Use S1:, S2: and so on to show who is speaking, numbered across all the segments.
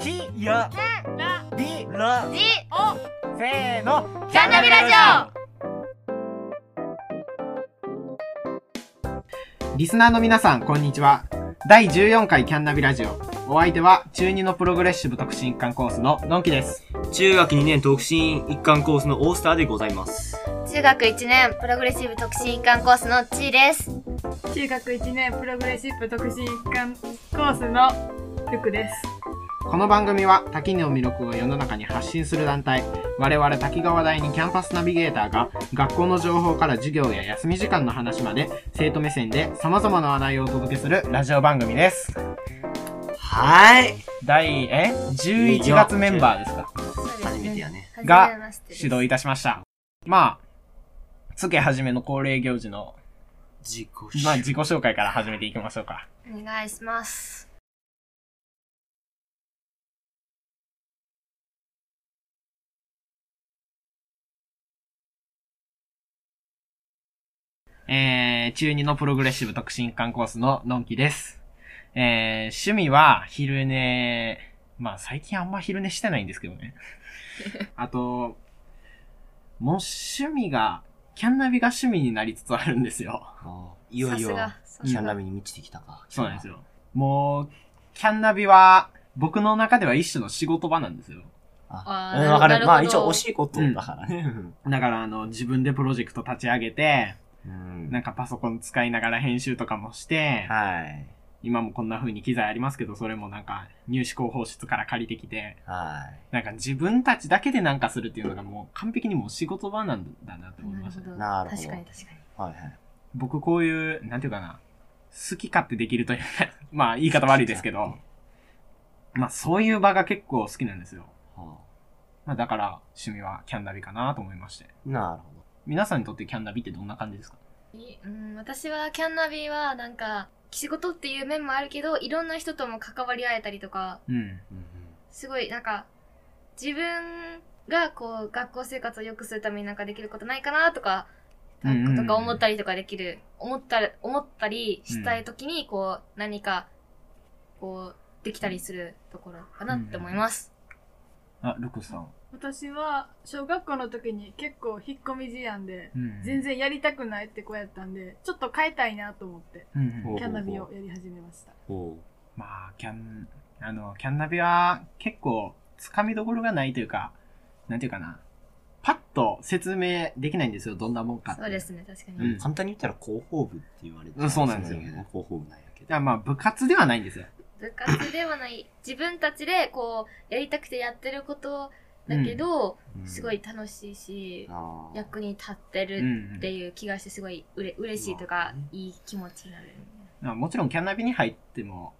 S1: きや
S2: ラ
S1: びら
S2: ジ
S3: お
S1: せーの
S2: キャンナビラジ
S4: リスナーの皆さん、こんにちは。第14回キャンナビラジオ。お相手は、中2のプログレッシブ特進一貫コースののんきです。
S5: 中学2年特進一貫コースのオースターでございます。
S2: オ中学1年プログレッシブ特進一貫コースのちーです
S3: 中学1年プログレッシップ特進一貫コースの福です。
S4: この番組は、滝の魅力を世の中に発信する団体、我々滝川大にキャンパスナビゲーターが、学校の情報から授業や休み時間の話まで、生徒目線で様々な話題をお届けするラジオ番組です。
S5: はい。
S4: 第、え ?11 月メンバーですか
S5: 初めてやね。
S4: が
S2: 初めましてです
S4: 指導いたしました。まあ、月始めの恒例行事の、
S5: 自己
S4: まあ自己紹介から始めていきましょうか。
S2: お願いします
S4: えー、中2のプログレッシブ特進館コースののんきです。えー、趣味は昼寝、まあ最近あんま昼寝してないんですけどね。あと、もう趣味が、キャンナビが趣味になりつつあるんですよ。
S5: あーいよいよ、
S2: さ
S5: キ
S2: す
S5: ャンナ
S2: が
S5: ビに満ちてきたか。
S4: そうなんですよ。もう、キャンナビは、僕の中では一種の仕事場なんですよ。
S5: あ。
S2: あー
S5: うん、わか
S2: なる
S5: る。
S2: ほど
S5: まあ一応惜しいことだからね。
S4: だからあの、自分でプロジェクト立ち上げて、
S5: うん
S4: なんかパソコン使いながら編集とかもして、
S5: はい。
S4: 今もこんな風に機材ありますけど、それもなんか入試広報室から借りてきて、
S5: はい。
S4: なんか自分たちだけでなんかするっていうのがもう完璧にもう仕事場なんだなと思いましたね、
S5: なるほど
S2: 確かに確かに
S5: はいはい。
S4: 僕こういう、なんていうかな、好き勝手できるというか、 まあ言い方悪いですけど、まあそういう場が結構好きなんですよ。
S5: は
S4: まあだから趣味はキャンナビかなと思いまして。
S5: あなるほど。
S4: 皆さんにとってキャンナビってどんな感じですか
S2: うん私はキャンナビはなんか仕事っていう面もあるけどいろんな人とも関わり合えたりとか
S4: うん。
S5: うんうん
S2: すごいなんか自分がこう学校生活を良くするためになんかできることないかなとか、
S4: うんうんうん
S2: とか思ったりとかできる思ったり思ったりしたい時にこう何かこうできたりするところかなって思います。
S4: あ、ルクさん。
S3: 私は小学校の時に結構引っ込み思案で、
S4: うん
S3: 全。然やりたくないって子やったんで、ちょっと変えたいなと思って、
S4: うんうん
S5: ほうほうほう
S3: キャンナビをやり始めました。
S5: ほ
S4: まあ、キャン、あの、キャンナビは結構、つかみどころがないというか、なんていうかな。パッと説明できないんですよ、どんなもんかってい
S2: そうですね確か
S4: う
S2: に。
S4: ん
S5: う。簡単に言ったら広報部って言われて
S4: うんそうなんですよ
S5: ね。広報部なんやけ
S4: だから
S5: ど。
S4: まあ、部活ではないんですよ。
S2: 部活ではない自分たちでこうやりたくてやってることだけど、
S5: うん
S2: すごい。楽しいし、
S5: あー
S2: 役に立って
S4: う
S2: る
S4: ん
S2: っていう気がしてすごい嬉嬉しいとか、いい気持ちになる。
S4: まあもちろん、キャンナビに入っても、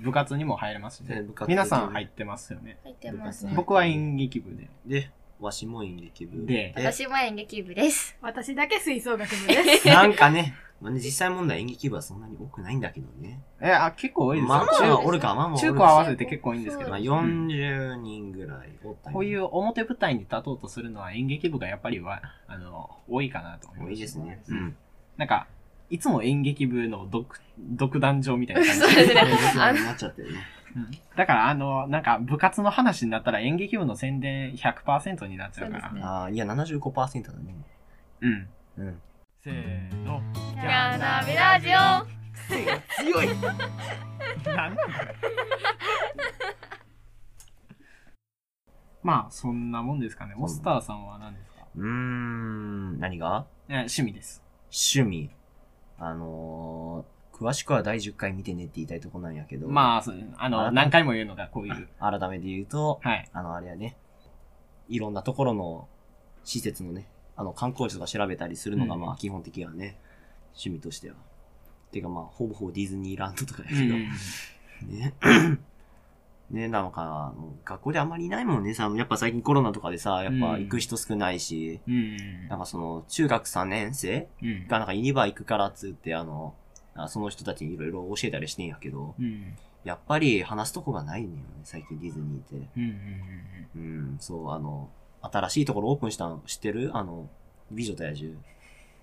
S4: 部活にも入れますし
S5: え
S4: ね
S5: 部。活
S4: 皆さん入ってますよね。
S2: 入ってますね。
S4: 僕は演劇部で。
S5: で、わしも演劇部。
S4: で
S2: 私も演劇部です。
S3: 私だけ吹奏楽部で す。
S5: なんかね、まあね実際問題演劇部はそんなに多くないんだけどね。
S4: え、あ、結構多いですよ。
S5: まあま
S4: 中
S5: あ、おるか、まあまあおるか。
S4: 中高合わせて結構多いんですけど
S5: まあ、
S2: そう
S5: 40人ぐらいおった
S4: こういう表舞台に立とうとするのは演劇部がやっぱりは、あの、多いかなと思います。
S5: もういいですね。
S4: う
S5: うんん。
S4: なんか、いつも演劇部の独、独壇場みたいな感じ。
S2: そうですね
S5: 演劇部になっちゃっ てるね。
S4: だから、あの、なんか、部活の話になったら演劇部の宣伝100%になっちゃうから。
S3: そうですね
S5: ああ、いや、75%だね。
S4: うん。
S5: うん。
S1: せーの
S2: キ
S1: キャナ
S2: ビラジオ
S5: 強い
S4: なんまあ、そんなもんですかね。オスターさんは何ですか
S5: うーん、何が
S4: え趣味です。
S5: 趣味。あのー、詳しくは第10回見てねって言いたいとこなんやけど。
S4: まあ、そうあ
S5: あな
S4: の、
S5: た
S4: 何回も言うのがこういう。
S5: あ。改めて言うと、
S4: はい。
S5: あの、あれやね。いろんなところの施設のね、あの、観光地とか調べたりするのが、
S4: うん
S5: まあ、基本的にはね、趣味としては。ていうか、まあ、ほぼほぼディズニーランドとかやけ
S4: う
S5: ど。
S4: ん。
S5: ね。ね、なんか、もう学校であんまりいないもんね、さ、やっぱ最近コロナとかでさ、やっぱ
S4: うん
S5: 行く人少ないし、
S4: うん
S5: なんかその、中学3年生
S4: うん。
S5: がなんかユニバ行くからっつって、あの、あその人たちにいろいろ教えたりしてんやけど、
S4: うん。
S5: やっぱり話すとこがないのよね、最近ディズニーって。
S4: うんうんうん
S5: うん、そう、あの、新しいところオープンしたの知ってるあの、美女と野獣。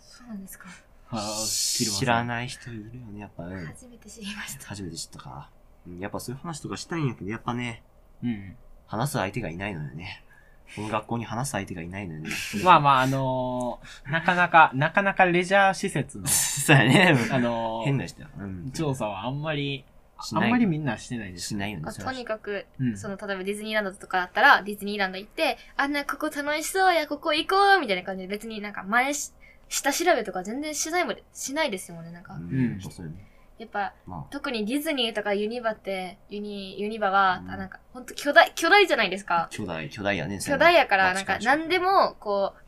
S2: そうなんですか。
S4: うん。
S5: 知ら
S4: い。
S5: ない人いるよね、やっぱ。うん
S2: 初めて知りました。
S5: 初めて知ったか。うんやっぱそういう話とかしたいんやけど、やっぱね、
S4: うん。
S5: 話す相手がいないのよね。この学校に話す相手がいないのよね。
S4: まあまあ、あのーなかなか、なかなかレジャー施設の、
S5: そうやね。
S4: あのー
S5: 変な人や。うん。
S4: 調査はあんまり、
S5: し
S4: あ
S5: ない
S4: んまりみんなしてないです
S5: し。ないよね。
S2: あ
S5: そ
S2: と
S5: ら
S2: にかく、
S4: うん
S2: その例えばディズニーランドとかだったらディズニーランド行ってあんなここ楽しそうやここ行こうみたいな感じで別になんか前し下調べとか全然しないもんしないですよねなんか、
S4: う
S5: う
S4: ん
S5: ん。そうよね。
S2: やっぱ
S5: まあ。
S2: 特にディズニーとかユニバってユニユニバは、
S5: うん
S2: あなんか本当巨大巨大じゃないですか
S5: 巨大、巨大やね。それ
S2: 巨大やからなんか何でもこう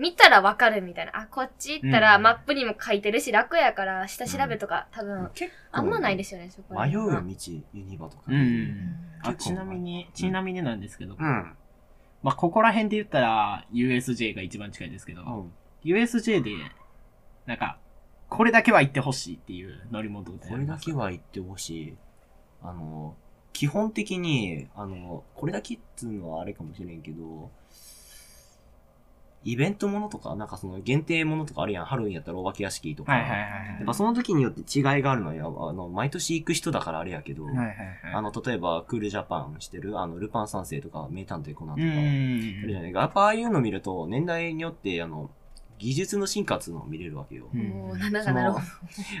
S2: 見たらわかるみたいなあこっち行ったら
S4: うん
S2: マップにも書いてるし楽やから下調べとか多分
S5: 結構
S2: あんまないですよねそこら
S5: 迷う
S2: 辺
S5: よ、道、ユニバとか。
S4: うんあ
S5: 結構
S4: ちなみに、ちなみになんですけど、
S5: うん。
S4: まあ、ここら辺で言ったら、USJ が一番近いですけど、
S5: うん。
S4: USJ で、なんか、これだけは行ってほしいっていう乗り物とか
S5: これだけは言ってほしい。あの、基本的に、あの、これだけっつうのはあれかもしれんけど、イベントものとか、なんかその限定ものとかあるやん。ハロウィンやったらお化け屋敷とか。
S4: はいはいはい
S5: やっぱその時によって違いがあるのよ。あの、毎年行く人だからあれやけど、
S4: はい。はいはいは
S5: あ
S4: い。
S5: の、例えば、クールジャパンしてる、あの、ルパン三世とか、名探偵コナン
S4: う
S5: とか、あるじ
S4: ん
S5: ゃ。ないか。やっぱああいうの見ると、年代によって、あの、技術の進化っていうのを見れるわけよ。
S4: うん
S2: もうなんだ
S5: そ
S2: かなる
S5: の
S2: ほど、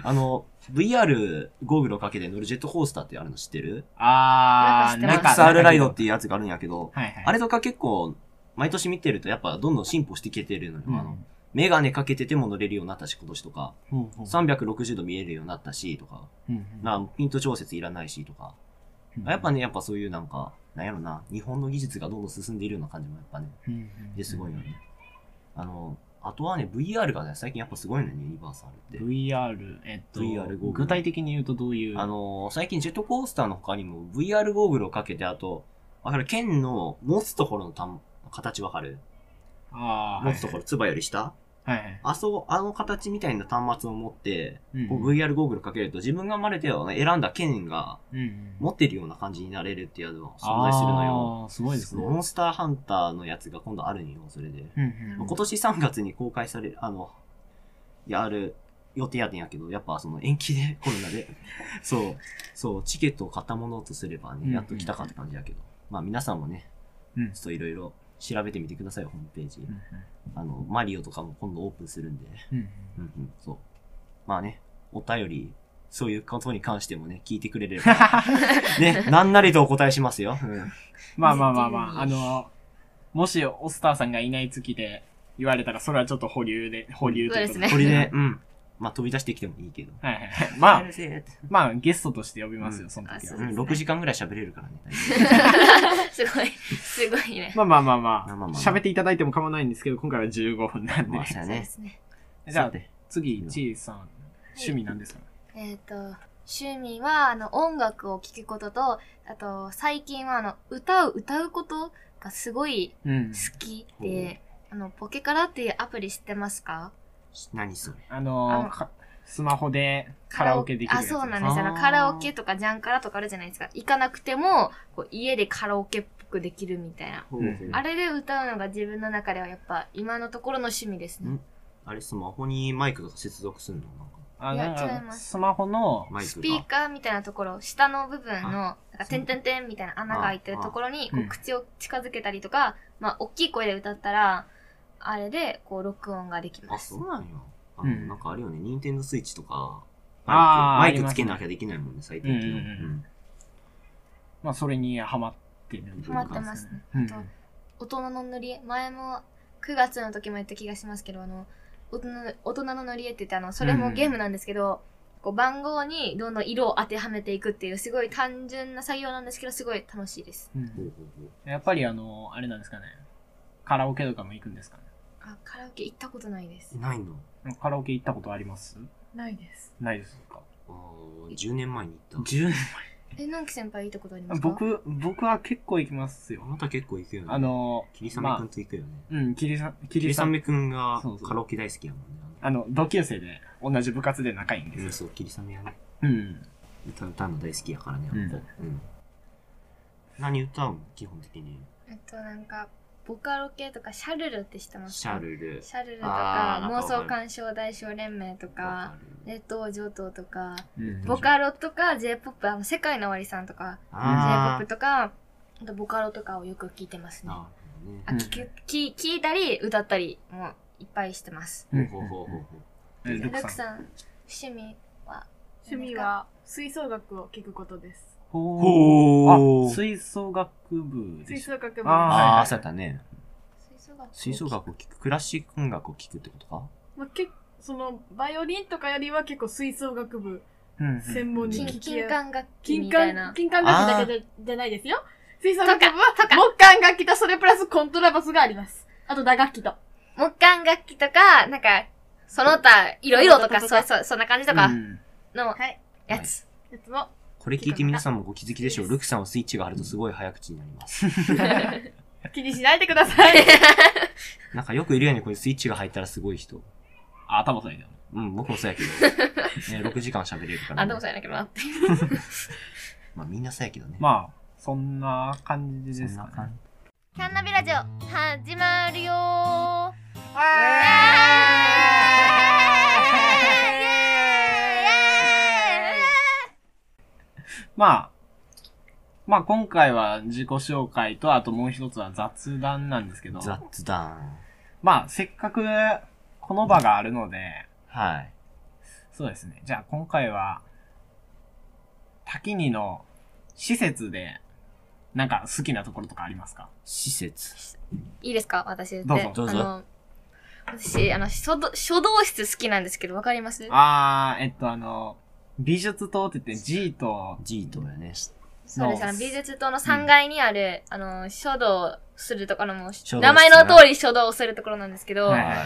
S5: あの、VR ゴーグルをかけて乗るジェットコースターってあるの知ってる
S4: あー、
S2: なん
S4: なん
S2: か知ってま
S4: か、
S2: す
S5: ?XR ライドっていうやつがあるんやけど、
S4: はいはい。
S5: あ
S4: れ
S5: れとか結構、毎年見てるとやっぱどんどん進歩してきてるのよ。
S4: うん
S5: あの、メガネかけてても乗れるようになったし、今年とか、
S4: ほうほう
S5: 360度見えるようになったし、とか、
S4: うん
S5: なピント調節いらないし、とか。
S4: うん
S5: やっぱね、やっぱそういうなんか、なんやろな、日本の技術がどんどん進んでいるような感じもやっぱね、
S4: うんうん
S5: ですごいよね。あの、あとはね、VR がね、最近やっぱすごいのよね、ユニバーサルって。
S4: VR、えっと、
S5: VR ゴーグル
S4: 具体的に言うとどういう。
S5: あのー最近ジェットコースターの他にも VR ゴーグルをかけて、あと、わかる剣の持つところのたん形わかる
S4: あー、
S5: 持つところ、つばより下
S4: はいはい。
S5: あそう、あの形みたいな端末を持って、
S4: うん
S5: こう VR ゴーグルかけると自分が生まれてはね選んだ剣が
S4: うんうん
S5: 持ってるような感じになれるっていうのが存在するのよ。
S4: あーすごいですね。
S5: モンスターハンターのやつが今度あるんよ、それで。
S4: うん
S5: まあ今年3月に公開される、あの、やる予定やったんやけど、やっぱその延 期で、コロナで、そう、そう、チケットを買ったものとすれば
S4: うん
S5: ね、やっと来たかって感じやけど、まあ皆さんもね、
S4: うん
S5: ちょっといろいろ調べてみてください、ホームページ。
S4: うん
S5: あの、マリオとかも今度オープンするんで、
S4: うんうん
S5: うんうん、そう。まあね、お便り、そういうことに関してもね、聞いてくれ れば、ね、なんなりとお答えしますよ。うん
S4: まあまあまあま あ、あの、もしオスターさんがいない月で言われたら、それはちょっと保留で、保留 ということ
S2: そうですね
S5: これで、うん。まあ飛び出してきてもいいけど。
S4: はいはいはい。ま
S5: や
S4: あ
S5: る、ぜーって
S4: まあ、ゲストとして呼びます
S5: う
S4: よ、
S5: ん
S4: その時
S2: あそう
S5: う
S4: は。
S5: ん、6時間ぐらい喋れるからね。大丈夫
S2: すごい、すごいね。
S4: まあまあまあ
S5: まあ
S4: ま
S5: まあ
S4: あ、
S5: まあ
S4: 喋っていただいても構わないんですけど、今回は15分なんで
S5: まあ、。そ
S2: そ
S5: うや
S2: うで
S5: ね。
S2: すね。
S4: じゃ
S5: さ
S4: あ、
S5: て
S4: 次、ちいさん、趣味なんですか
S2: えっ、と、趣味は、あの、音楽を聴くことと、あと、最近は、あの、歌を歌うことがすごい
S4: うん。
S2: 好きで、あの、ポケカラっていうアプリ知ってますか
S5: 何それ
S4: あの
S2: あ
S4: ー、
S2: の
S4: かスマホでカラオケできるやつです。
S2: あ、そうなんです。あ
S5: あ
S2: の、
S5: ー
S2: カラオケとかジャンカラとかあるじゃないですか。行かなくても、こう家でカラオケっぽくできるみたいな。
S4: うん
S2: あれで歌うのが自分の中ではやっぱ今のところの趣味ですね。
S5: あれ、スマホにマイクとか接続するのなんか、
S4: あ
S2: いや
S4: な
S2: 違い
S4: んか、
S2: ます
S4: スマホの、
S5: マイ
S2: ス
S5: ク
S2: ピー
S5: が。
S2: カーみたいなところ、下の部分の、なんか、
S5: そう
S2: てんてんてんみたいな穴が開いてるところに、
S4: あう
S2: こうん口を近づけたりとか、まあ、大きい声で歌ったら、あれで、こう、録音ができま
S5: あ、
S2: す。
S5: そうなんや。あ
S4: うん
S5: の、なんかあるよね、ニンテンドスイッチとか、
S4: あー
S5: マ
S4: あ
S5: イ
S4: り
S5: クマ
S4: ま
S5: イク
S4: す
S5: つけなきゃできないもんね、最低
S4: うん
S5: 限
S4: うんうんまあ、それにハマってるんで。
S2: ハマってますね
S4: うん。
S2: あと大人の塗り絵、前も9月の時も言った気がしますけど、あの、大人の大人の塗り絵って言って、あの、それもゲームなんですけど、こう番号にどんどん色を当てはめていくっていうすごい単純な作業なんですけどすごい楽しいです。
S4: う
S5: ほうんほうほう
S4: やっぱりあの、あれなんですかね。カラオケとかも行くんですかね。
S2: あカラオケ行ったことないです
S5: え。ないの
S4: カラオケ行ったことあります
S3: ないです。
S4: ないですか
S5: あー10年前に行った。
S4: 10
S2: え、のんき先輩行ったことあります
S4: 年。
S2: か
S4: 僕、僕は結構行きます
S5: あ
S4: よ。
S5: なた結構行くよね。
S4: あ、の、
S5: 霧
S4: まあ
S5: 雨くんと行くよね。
S4: うん、キリさん、キ
S5: 霧
S4: リさん、
S5: 雨くんが
S4: そうそう
S5: カラオケ大好きやもんね。
S4: あの、同級生で、同じ部活で仲いいんで
S5: うん、
S4: すよ。
S5: そう、霧雨やね。
S4: うん。
S5: 歌歌うの大好きやからね、あ
S4: うん
S5: の子うん。何歌うん基本的に。
S2: あとなんか、ボカロ系とか、シャルルって知ってます
S5: シ
S2: か
S5: ャルル。
S2: シャルルと
S5: あー
S2: か、
S5: なんか
S2: 妄
S5: わかる
S2: 想鑑賞大賞連盟とか、レッド王上等とか、
S4: うん
S2: ボカロとか、J-POP、あの、世界の終わりさんとか、
S5: あー
S2: J-POP とか、あとボカロとかをよく聞いてますね。
S5: なる
S2: あ聞く聞聞いたり歌ったりもいっぱいしてます。
S5: ほどね。ほうほうほうほうほう。
S4: えル
S2: ル
S4: ク
S2: ク
S4: さん。
S2: さん、趣味は
S3: 趣味は吹奏楽を聴くことです。
S4: ほ
S5: ほ
S4: ー。
S5: ー
S4: あ、吹奏楽部で
S3: 吹
S4: し
S3: 奏楽部
S4: あ
S3: も、
S5: ああ、そうやったね。
S2: 吹奏楽
S5: 吹奏楽を聴く、クラシック音楽を聴くってことか
S3: まあ、結そのバイオリンとかよりは結構吹奏楽部
S4: うんうん
S3: 専門に
S2: 金
S3: 聞き
S2: 金
S3: やす
S2: 管楽器
S3: 金
S2: みたい
S3: 管
S2: な。
S3: 金管楽器だけじゃじゃないですよ。吹奏楽部は
S2: とかとか
S3: 木管楽器とそれプラスコントラバスがあります。あと打楽器と。
S2: 木管楽器とか、なんか、その他、いろいろとか、そう、そう、そんな感じとか
S4: うん
S2: の
S3: はい。
S2: やつ。
S3: やつも。
S5: これ聞いて皆さんもご気づきでしょう。ルクさんはスイッチがあるとすごい早口になります。
S3: 気にしないでくだ さい。
S5: なんかよくいるよね、これスイッチが入ったらすごい人。
S4: あ、頭さえだよ。
S5: うん、僕もそうやけど。 ね、6時間喋れるから、ね。
S2: あ、でもそうやなきゃなって。
S5: まあみんなそうやけどね。
S4: まあ、そんな感じ
S5: そん
S4: です
S5: な
S4: か
S5: 感
S4: ね
S5: じ。。
S2: キャンナビラジオ、始まるよー
S4: まあ、まあ今回は自己紹介と、あともう一つは雑談なんですけど、
S5: 雑談。
S4: まあせっかくこの場があるので、
S5: はい。
S4: そうですね。じゃあ今回は、滝にの施設で、なんか好きなところとかありますか
S5: 施設。
S2: いいですか私言って
S4: どうぞ
S5: どうぞ
S2: あの、私、あの、書道、書道室好きなんですけど、わかります
S4: あー、えっとあの、美術棟って言って G と、
S5: G とやね。
S2: そうです。あの、
S4: の
S2: 美術棟の3階にある、あの、書道するところも
S5: 室、ね
S2: 名前の通り書道をするところなんですけど、
S4: はい
S5: はい。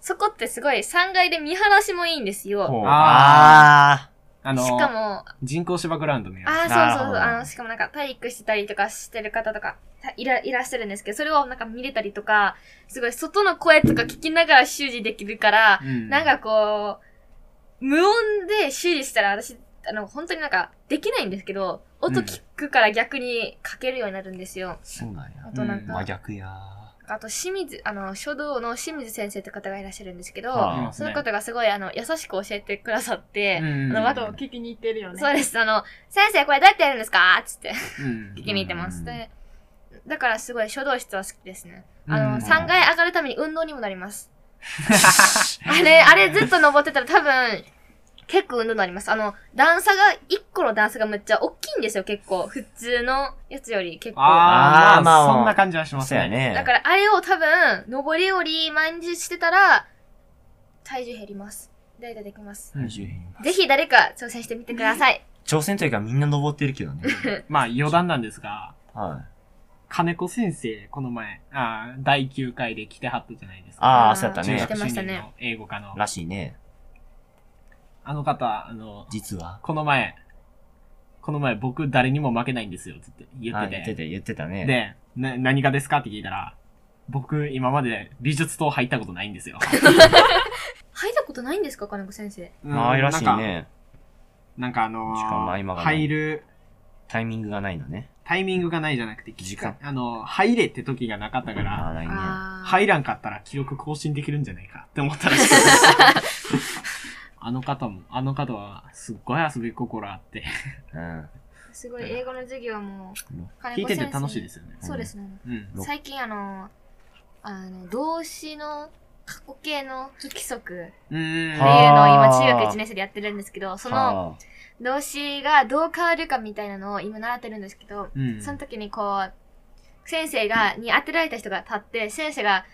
S2: そこってすごい3階で見晴らしもいいんですよ。
S5: ほう
S4: あ
S5: あ
S4: あ
S2: し
S4: の、
S2: かも、
S4: 人工芝グラウンドみたいな。
S2: あ
S5: な
S2: あ、
S5: る
S2: そう
S5: ほ
S2: そ
S5: ど
S2: うそう。あの、しかもなんか体育してたりとかしてる方とかたいらいらっしゃるんですけど、それをなんか見れたりとか、すごい外の声とか聞きながら修理できるから、
S4: うん
S2: なんかこう、無音で修理したら私、あの、本当になんかできないんですけど、音聞くから逆に書けるようになるんですよ。
S5: ー。そうなんや
S2: あ。となんか、
S5: 真逆や。
S2: あと清水、あの、書道の清水先生って方がいらっしゃるんですけど、
S5: はあ
S4: います
S2: そ
S4: ね
S2: の方がすごい、あの、優しく教えてくださって、
S4: うん
S2: あの
S3: あ
S2: わ
S3: と聞きに行ってるよね。
S2: そうです、あの、先生これどうやってやるんですかつって
S4: うん
S2: 聞きに行ってま
S5: う
S2: す。
S5: ん
S2: で、だからすごい書道室は好きですね。あ
S4: う
S2: の、
S4: ん
S2: 3階上がるために運動にもなります。あれ、あれずっと登ってたら多分、結構運動になります。あの、段差が、1個の段差がめっちゃ大きいんですよ、結構。普通のやつより結構。
S4: あ
S5: あ
S4: ー、
S5: ー
S4: まあ、
S5: まあ
S4: そんな感じはし ます
S5: そうや
S4: ね。
S5: ね。
S2: だから、あれを多分、上り下り毎日してたら、体重減ります。大体できます。
S4: うん
S2: ぜひ誰か挑戦してみてください。
S5: 挑戦というかみんな登ってるけど ね。
S4: まあ、余談なんですが、
S5: はい。
S4: 金子先生、この前、あー第9回で来てはったじゃないですか。
S5: あ
S2: あー
S5: あ、そうやった
S4: 中
S5: ね
S4: 学。
S2: してま
S4: 主
S2: した
S4: 任
S2: ね
S4: の英語科の。
S5: らしいね。
S4: あの方、あの、
S5: 実は。
S4: この前、この前僕誰にも負けないんですよ、つって言
S5: は
S4: っ
S5: い
S4: て
S5: 言って
S4: て。
S5: た、言ってたね。
S4: で、な、何がですかって聞いたら、僕今まで美術棟入ったことないんですよ。
S2: 入ったことないんですか、金子先生。
S5: ないらし
S4: うん
S5: い
S4: なんか
S5: ね。
S4: なんかあのー
S5: 時間の合間がない
S4: 入る
S5: タイミングがないのね。
S4: タイミングがないじゃなくて、
S5: 時間
S4: あのー、入れって時がなかったか
S5: あ
S4: ら
S5: あ、、ないね。
S2: あー
S4: 入らんかったら記録更新できるんじゃないかって思った らしい。あの方も、あの方はすっごい遊び心あって、
S5: うん。
S2: すごい、英語の授業も
S5: うん、
S2: 金。
S4: 聞いてて楽しいですすよね。
S2: そうですね。
S4: うん。
S5: うん
S2: 最近、あの、あの、動詞の過去形の不規則って
S4: うーん。
S2: いうのを今中学1年生でやってるんですけど、その
S5: はあ
S2: 動詞がどう変わるかみたいなのを今習ってるんですけど、
S4: うん
S2: その時にこう、先生が、に当てられた人が立って、先生が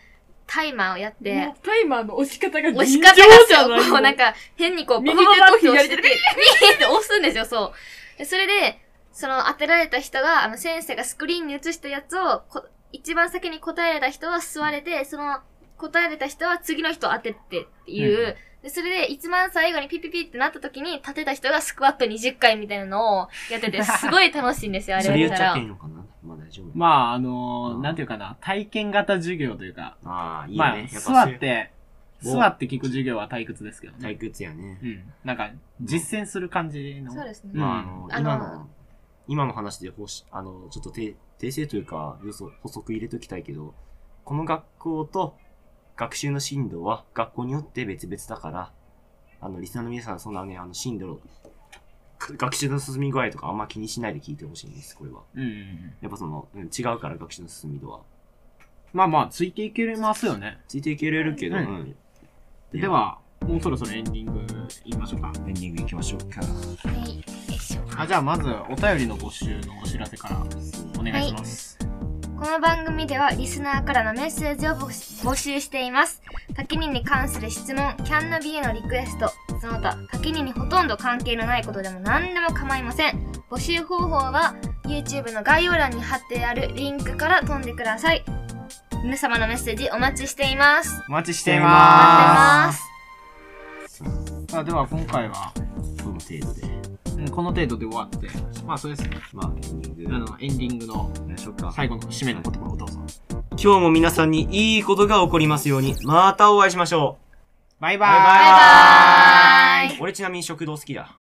S2: タイマーをやって
S3: もう、タイマーの押 し方が
S2: 押し
S3: 尋
S2: 方
S3: 常じ
S2: が
S3: ゃない
S2: そう、こうなんか、変にこう、
S3: 右
S2: パパパパ
S3: 手 と
S2: って押して
S3: 左手
S2: て、右手で押すんですよ、そう。でそれで、その当てられた人が、あの先生がスクリーンに映したやつを、こ一番先に答えられた人は座れて、その答えれた人は次の人を当ててっていう、でそれで一番最後にピピピってなった時に立てた人がスクワット20回みたいなのをや ってて、すごい楽しいんですよ、あれ
S5: そ
S2: を
S5: れ
S2: 見
S5: 言
S2: た
S5: っちゃ
S2: ら
S5: っていい。のかなまあ大丈夫。
S4: まあ、あの
S5: う
S4: ー、
S5: ん
S4: なんていうかな、体験型授業というか、
S5: ああ、いいね。
S4: まあ、
S5: やっぱ
S4: 座っ。て、
S5: お
S4: 座って聞く授業は退屈ですけど
S5: 退
S4: ね。
S5: 屈やね
S4: う。ん。なんか、実践する感じの。
S2: そうですね。
S4: ん
S5: まあ、あの、
S2: あの
S5: 今の、今の話でほし、あの、ちょっと訂訂正というか、要素、補足入れときたいけど、この学校と学習の進度は学校によって別々だから、あの、リスナーの皆さん、そんなね、あの、進度、学習の進み具合とかあんま気にしないで聞いてほしいんです、これは。
S4: うんうんうん。
S5: やっぱその、うん違うから学習の進み度は。
S4: まあまあ、ついていけれますよね。
S5: ついていけれるけど、
S4: う
S5: うんん。
S4: で、は、もうそろそろエンディングいきましょうか。
S5: エンディングいきましょうか。
S2: はい。よいしょ。
S4: あじゃあまずお便りの募集のお知らせからお願いします。
S2: この番組ではリスナーからのメッセージを募集募集しています。タキニに関する質問、キャンナビへのリクエスト、その他、タキニにほとんど関係のないことでも何でも構いません。募集方法は YouTube の概要欄に貼ってあるリンクから飛んでください。皆様のメッセージお待ちしています。待って
S4: お待ちして
S5: て
S4: い
S5: い
S4: ま。
S2: ますす。
S4: あでは今回は、
S5: この程度で。
S4: うんこの程度で終わって、まあそうですね。
S5: まあ、エンディング。
S4: あの、エンディングの
S5: お願いしようか。
S4: 最後の締めの言葉をどうぞ。
S5: 今日も皆さんにいいことが起こりますように、またお会いしましょ
S4: バイ
S5: う。
S4: バーイ
S2: バイバーイ
S5: 俺ちなみに食堂好きだ。